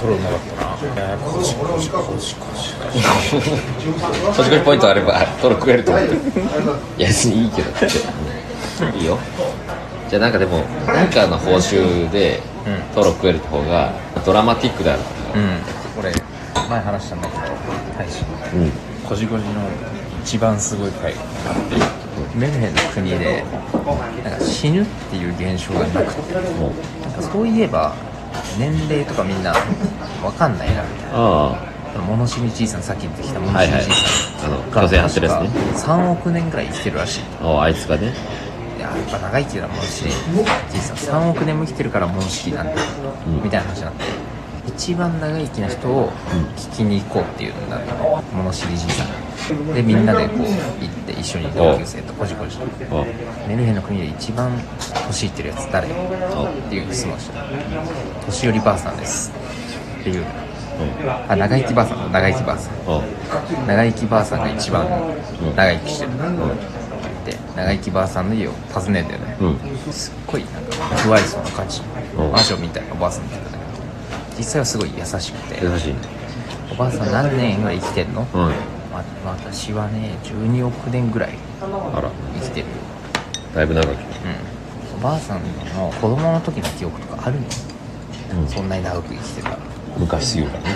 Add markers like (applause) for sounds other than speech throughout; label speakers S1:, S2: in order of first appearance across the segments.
S1: トロうまかったな。腰腰腰腰腰腰。
S2: 年越しポイントあればトロ食えると思ってるいや別にいいけどいいよじゃあなんかでもなんかの報酬で
S1: うん
S2: トロ食える方がドラマティックであるって
S1: うん。これ前話したんだけど、配信。
S2: いううん
S1: こじこじの一番すごい回があってメルヘンの国でなんか死ぬっていう現象がなくて
S2: もう
S1: なんかそういえば年齢とかみんなわかんないなみたい
S2: あ
S1: な物知りじいさんさっき出てきた
S2: あ
S1: 物
S2: は
S1: 知
S2: い
S1: り
S2: は
S1: じ
S2: い
S1: いさ
S2: あの
S1: ん
S2: 巨人走るやつね
S1: 3億年ぐらい生きてるらしい
S2: ああいつがね
S1: いややっぱ長生きだな物知りじいさん3億年も生きてるから物知りなんだ、
S2: うん
S1: みたいな話になって一番長生きな人を聞きに行こうっていうのになったの物知りじいさんでみんなでこう行って一緒に同級生とこじこじと
S2: あ
S1: メルヘンの国で一番年いってるやつ誰っていう質問して年寄りばあさんですっていう
S2: うん
S1: あ長生きばあさんだ長生きばあさん
S2: あ
S1: 長生きばあさんが一番
S2: うん
S1: 長生きしてるって言って長生きばあさんの家を訪ねてね、
S2: うん
S1: すっごいなんか不愛想な感じ
S2: うん
S1: 魔女みたいなおばあさんみたいな感じ実際はすごい優しくて
S2: 優しいね
S1: おばあさん何年ぐらい生きてんの、
S2: うん
S1: ま私はね12億年ぐらい
S2: あら
S1: 生きてるよ
S2: だいぶ長き
S1: うんおばあさんの子供の時の記憶とかあるの、
S2: うん
S1: そんなに長く生きてた
S2: 昔すぎるからね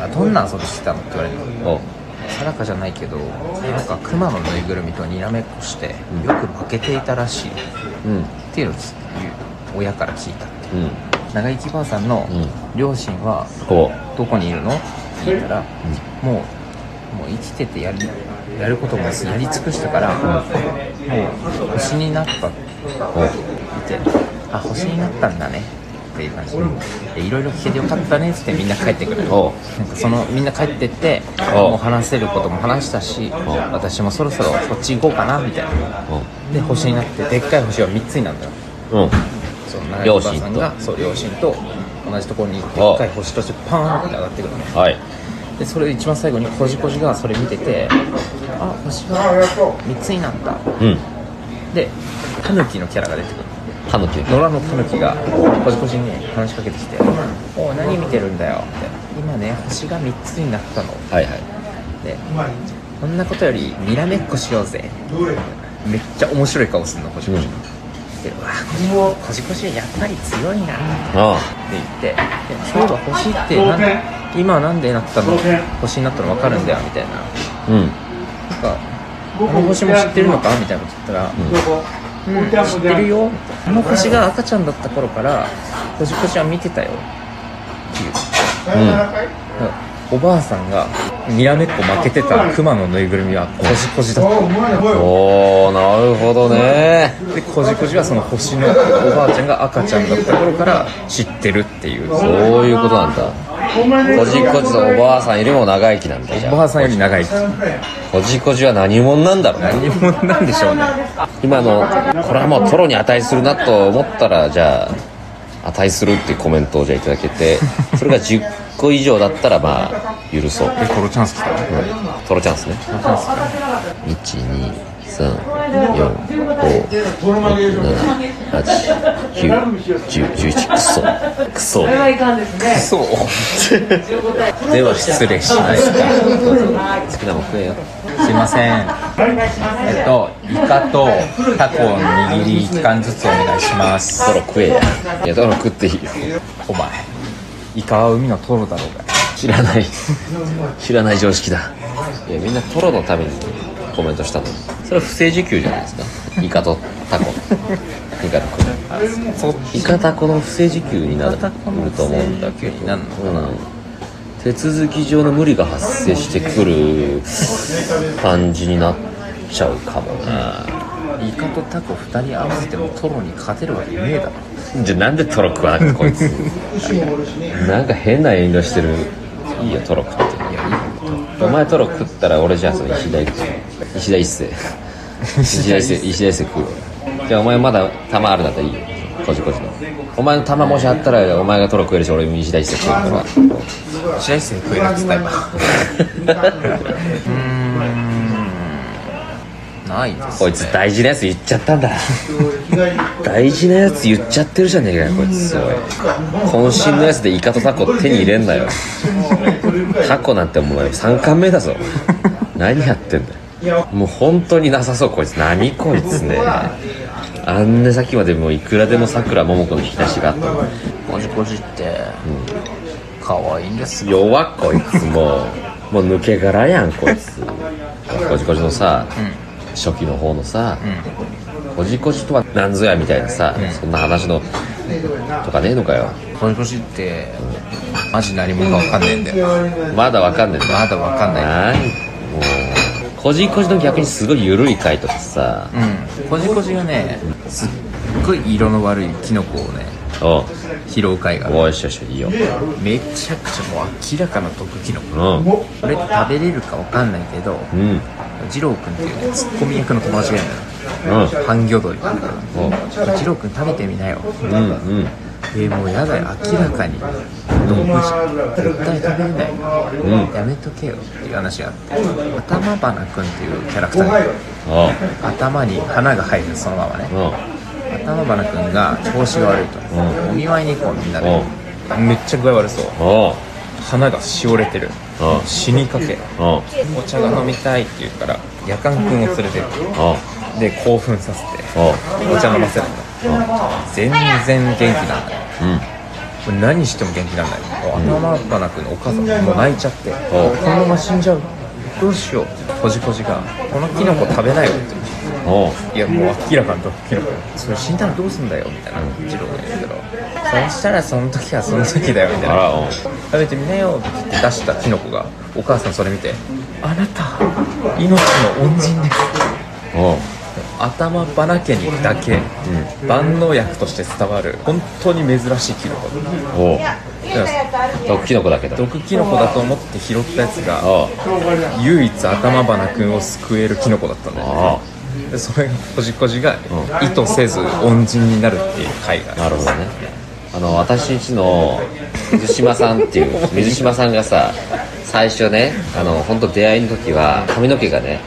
S1: あどんな遊びしてたのって言われるの
S2: あ
S1: 定かじゃないけどなんか熊のぬいぐるみとにらめっこしてよ
S2: うん
S1: く負けていたらしいっ
S2: うん
S1: ていうのを聞く親から聞いたって
S2: うん
S1: 長生きばあさんの
S2: う
S1: 両親は
S2: こ
S1: どこにいるのって聞いたらもうもう生きててやりやることもやり尽くしたからもう星になったって
S2: うお
S1: 言ってあ星になったんだねっていう感じでいろいろ聞けてよかったねっつってみんな帰ってくる
S2: お
S1: なんかそのみんな帰ってって
S2: お
S1: もう話せることも話したし私もそろそろそっち行こうかなみたいなで星になってでっかい星は3つになるんだよ
S2: うんうん
S1: その
S2: 両
S1: 両親
S2: 親と
S1: さんがそう両親と同じところにでっかい星としてパーンって上がってくるの
S2: はい
S1: でそれ一番最後にこじこじがそれ見ててあ星が3つになった
S2: うん
S1: でタヌキのキャラが出てくる
S2: タヌキ
S1: 野良のタヌキがこじこじに話しかけてきて「おう何見てるんだよ」って「今ね星が3つになったの」
S2: はいはい
S1: で「こんなことよりにらめっこしようぜ」めっちゃ面白い顔するのこじこじが、で「うわこじこじこじやっぱり強いな」って
S2: あ
S1: 言ってで「そういえば星ってなん今なんでなったの星になったの分かるんだよ」みたいな
S2: あうん
S1: 「なんかあの星も知ってるのか?」みたいなこと言ったら「うん、知ってるよあの星が赤ちゃんだった頃からこじこじは見てたよっていうだからおばあさんがにらめっこ負けてた熊のぬいぐるみはこじこじだっ
S2: うんおおなるほどね
S1: たでこじこじはその星のおばあちゃんが赤ちゃんだった頃から知ってるっていう
S2: そういうことなんだこじこじのおばあさんよりも長生きなんだじゃ
S1: おば
S2: あ
S1: あさんより長い
S2: こじこじは何者なんだろうね
S1: 何者なんでしょうね
S2: 今のこれはもうトロに値するなと思ったらじゃあ値するっていうコメントをじゃあいただけてそれが10個以上だったらまあ許そう、うん
S1: えこのチャンス来た
S2: トロチャンスね1234567891011クソクソ
S3: これはいかんですね。
S1: (laughs) そうでは失礼しました
S2: 好きなもん食えよ
S1: すいません
S3: お願いします。
S1: えっとイカとタコの握り1貫ずつお願いします
S2: トロ食えやいやトロ食っていいよ
S1: お前イカは海のトロだろうが
S2: 知らない知らない常識だいやみんなトロのためにコメントしたのにそれは不正受給じゃないですかイカとタ
S3: (laughs)
S2: コイカタコ
S1: そっ
S2: イカタコの不正受給になる
S1: タコの
S2: ると思うんだ
S1: 不正
S2: け
S1: 受給
S2: ど
S1: になるのかな
S2: うん手続き上の無理が発生してくる感じになっちゃうかもな
S1: イカとタコ2人合わせてもトロに勝てるわけねえだろ
S2: じゃあなんでトロ食わなくてこいつ (laughs) なんか変な遠慮してるいいよトロ食って
S1: いやいいよ
S2: お前トロ食ったら俺じゃあその石田一石田一世石田一世 (laughs) 石田一世食うよじゃあお前まだ玉あるんだったらいいよこじこじのお前の玉もしあったらお前がトロ食えるし俺も石田一世食うから
S1: 白石で (laughs) 食えなくてた今うーんないです
S2: こいつ大事なやつ言っちゃったんだ大事なやつ言っちゃってるじゃねえかよこいつすごい渾身のやつでイカとタコ手に入れんなよタコなんてもう3巻目だぞ何やってんだよもう本当になさそうこいつ何こいつねあんなさっきまでもういくらでもさくらももこの引き出しがあったのに
S1: こじこじって、可愛いんですよ
S2: 弱っこいつもうもう抜け殻やんこいつこじこじのさ、初期の方のさ、こじこじとは何ぞやみたいなさ、そんな話のとかねえのかよ
S1: こじこじってマジ何者か分かんないんだよ
S2: まだわかんねえんだ
S1: まだ分かんない
S2: なにもうこじこじの逆にすごい緩い回とかさ、
S1: うんこじこじがねすっごい色の悪いキノコをね
S2: おう
S1: 拾う会がある
S2: おいしょしょいいよ
S1: めちゃくちゃもう明らかな毒キノコ
S2: うん
S1: これって食べれるか分かんないけど
S2: うん
S1: 二郎君っていうねツッコミ役の友達がいるのよ
S2: うん
S1: パン魚鳥っていう
S2: おう
S1: 二郎君食べてみなよ
S2: うんうん
S1: えー、もうやだよ明らかに毒じ絶対食べれないよ、
S2: うん
S1: やめとけよっていう話があって頭花くんっていうキャラクターがいる
S2: おう
S1: 頭に花が入るそのままね
S2: おう
S1: 頭花くんが調子が悪いと、
S2: う
S1: お見舞いに行こうみんなで
S2: おう
S1: めっちゃ具合悪そう
S2: おう
S1: 花がしおれてる
S2: おう
S1: 死にかけ
S2: おう
S1: お茶が飲みたいって言うから夜間くんを連れてって
S2: おう
S1: で興奮させて
S2: おう
S1: お茶飲ませるんだ全然元気なんだよ
S2: うん
S1: これ何しても元気なんない頭がなくのお母さんもう泣いちゃって
S2: おう
S1: このまま死んじゃうどうしようこじこじが「このキノコ食べなよ」って
S2: おう
S1: いやもう明らかに毒キノコそれ死んだらどうすんだよみたいな次郎が言うけどそうしたらその時はその時だよみたい
S2: あ
S1: な
S2: らおう
S1: 食べてみなよって言って出したキノコがお母さんそれ見て「あなた命の恩人です」
S2: おう
S1: 頭バナ家にだけ万能薬として伝わる本当に珍しいキノコ
S2: おう
S3: ど
S2: 毒キノコだけど
S1: 毒キノコだと思って拾ったやつが
S2: おう
S1: 唯一頭花くんを救えるキノコだったんだよ
S2: おう
S1: ねでそれがこじこじが意図せず恩人になるっていう回が
S2: なるほどねあの私んちの水島さんって
S1: (laughs)
S2: いう水島さんがさ最初ねあの本当出会いの時は髪の毛がね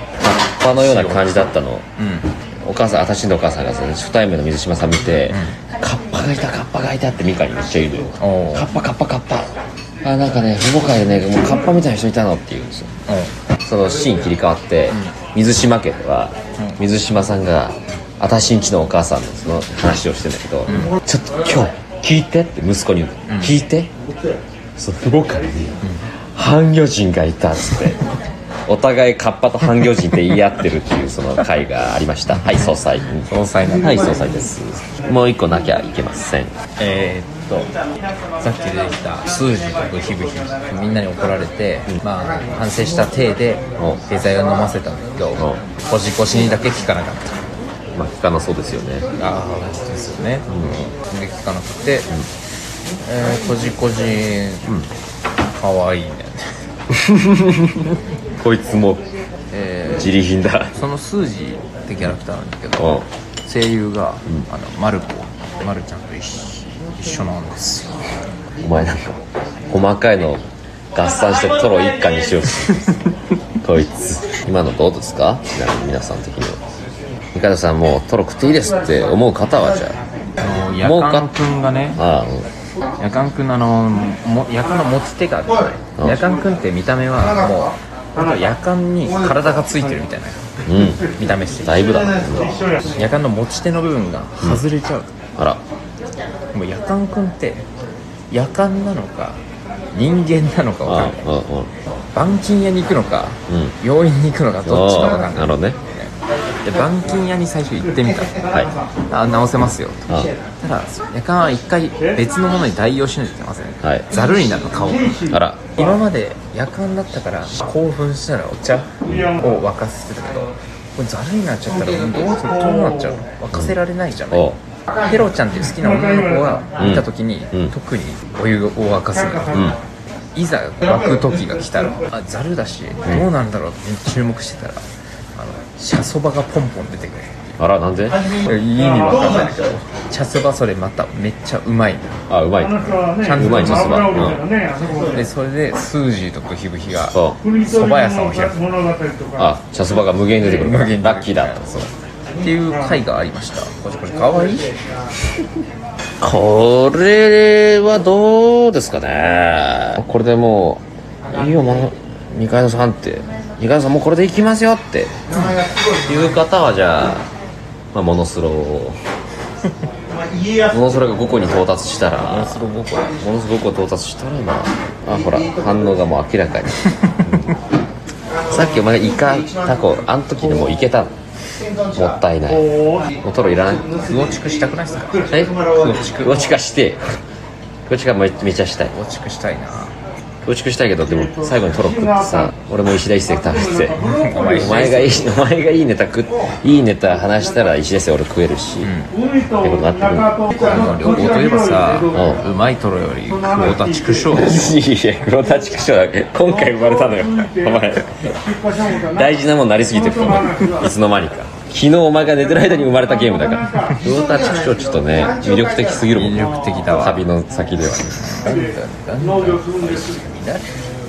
S2: 葉っぱのような感じだったの
S1: うん
S2: お母さん私のお母さんがさ初対面の水島さん見て「カッパがいたカッパがいた」ってミカにめっちゃ言うのよ
S1: おう
S2: カッパカッパカッパあなんかね父母会でねもうカッパみたいな人いたのって言うんですよそのシーン切り替わって、水島家では、水島さんが私んちのお母さんのその話をしてんだけど、ちょっと今日聞いてって息子に言うの、聞いてその父母会に半魚人がいたっつってお互いカッパと半魚人って言い合ってるっていうその会がありましたはい総裁
S1: 総裁な
S2: はい総裁ですもう一個なきゃいけません
S1: えーっとさっき出てきた数字とブヒブヒみんなに怒られて、まあ、反省した体で
S2: お
S1: 下剤を飲ませたんだけど
S2: お
S1: こじこしにだけ効かなかった
S2: まあ聞かなそうですよね
S1: ああそうですよね、で聞かなくて、えーこじこじ、かわいいね、
S2: こいつも
S1: え
S2: 自利品だ
S1: ーそのスージーってキャラクターなんだけ
S2: お
S1: ど声優が、あのマルコマルちゃんと一緒一緒なんですよ
S2: お前なんか細かいの合算してトロ一貫にしようとしてるこいつ今のどうですかちなみに皆さん的には三方さんもうトロ食っていいですって思う方はじゃ
S1: あの
S2: もう
S1: 夜
S2: か
S1: 間くんがね
S2: あああ、うん、
S1: 夜間くんのあのも夜間の持ち手がです
S2: うん
S1: ね夜間くんって見た目はもうなんか夜間に体がついてるみたいな
S2: うん、
S1: 見た目して
S2: だいぶだ、うん
S1: 夜間の持ち手の部分が外れちゃう、
S2: あら
S1: もう夜間くんって夜間なのか人間なのか
S2: あ
S1: 分かんない
S2: あうん
S1: 板金屋に行くのか、
S2: うん
S1: 病院に行くのかどっちか分かん
S2: ああな
S1: ない
S2: るほどね
S1: で板金屋に最初行ってみた
S2: はい
S1: あ直せますよと
S2: あ
S1: ただ夜間は一回別のものに代用しないといけません
S2: はい
S1: ざるになるの顔
S2: あら
S1: 今まで夜間だったから興奮したらお茶を沸かせてたけどこれざるになっちゃったらどうどうなっちゃうの沸かせられないじゃない
S2: お
S1: ペロちゃんっていう好きな女の子が見た時に、
S2: うん
S1: 特にお湯を沸かすの
S2: う
S1: よ、
S2: ん
S1: いざ沸く時が来たらあざるだしどうなんだろうって注目してたらあの車そばがポンポン出てくるっていう
S2: あらなんで
S1: これ意味わかんないけど茶そばそれまためっちゃうまい
S2: あうまい
S1: ちゃんと
S2: うまい茶そばうん
S1: でそれでスージーとブヒブヒが
S2: そう
S1: 蕎麦屋さんを開く
S4: 物語とか
S2: あ茶そばが無限に出てくるから
S1: 無限に
S2: ラッキーだと
S1: そうっていう回がありましたこれこれかわいい
S2: これはどうですかねこれでもういいよもう二階堂さんって二階堂さんもうこれでいきますよっていう方はじゃあ、まあ、モノスローをモノスローが5個に到達したらモノスロー5個モノスロー5個到達したらまああほら反応がもう明らかにうんさっきお前がイカタコあの時でもういけたのもったいないもうトロいらない
S1: 魚畜したくないですか
S2: えクオチカしてクオチカめめちゃしたい
S1: 魚畜したいな
S2: クオチカしたいけどでも最後にトロ食ってさ俺も石田一世食べてお前がいいお前がいいネタ食っいいネタ話したら石田一世俺食えるし、
S4: 海と中と
S1: 両方といえばさ
S2: う
S1: うまいトロより魚た畜生でし
S2: いや黒田畜生だけ今回生まれたのよお前大事なもんなりすぎてると思ういつの間にか昨日お前が寝てる間に生まれたゲームだから黒田畜生ちょっとね魅力的すぎるもん魅力
S1: 的だわ
S2: 旅の先では
S4: 農業するんです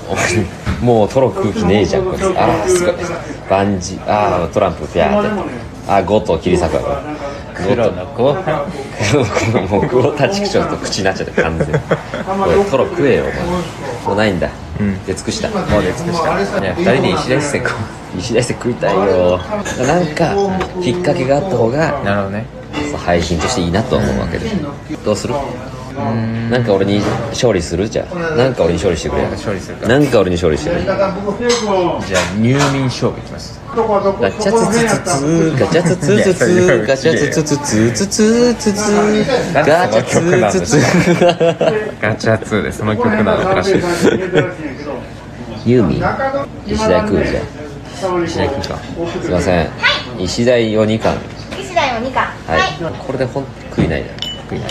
S2: お前もうトロ空気ねえじゃんこいつああすごいバンジーああトランプピャーってああ5と切り裂くわこれ黒の子黒の子もう久保田畜生と口になっちゃって完全においトロ食えよお前もうないんだ、出尽くしたもう出尽くした
S1: たね2人で石田一世か
S2: 石田一世食いたいよなんかきっかけがあった方が
S1: なるほどね
S2: そう配信としていいなと思うわけでどうするなんか俺に勝利するじゃあなんか俺に勝利してくれ
S1: 勝利するか
S2: なんか俺に勝利してくれ
S1: じゃあ入眠勝負いきます
S2: ガチャツツツツガチャツツツツガチャツツツツツツツツガチャツツツツ
S1: ガチャ2でその曲なの
S2: (laughs)
S1: かしい
S2: ユーミン石田空じゃ石田空かすいません石田よ2巻
S5: 次第の2巻
S2: はいこれで本食いないだ
S1: 得意な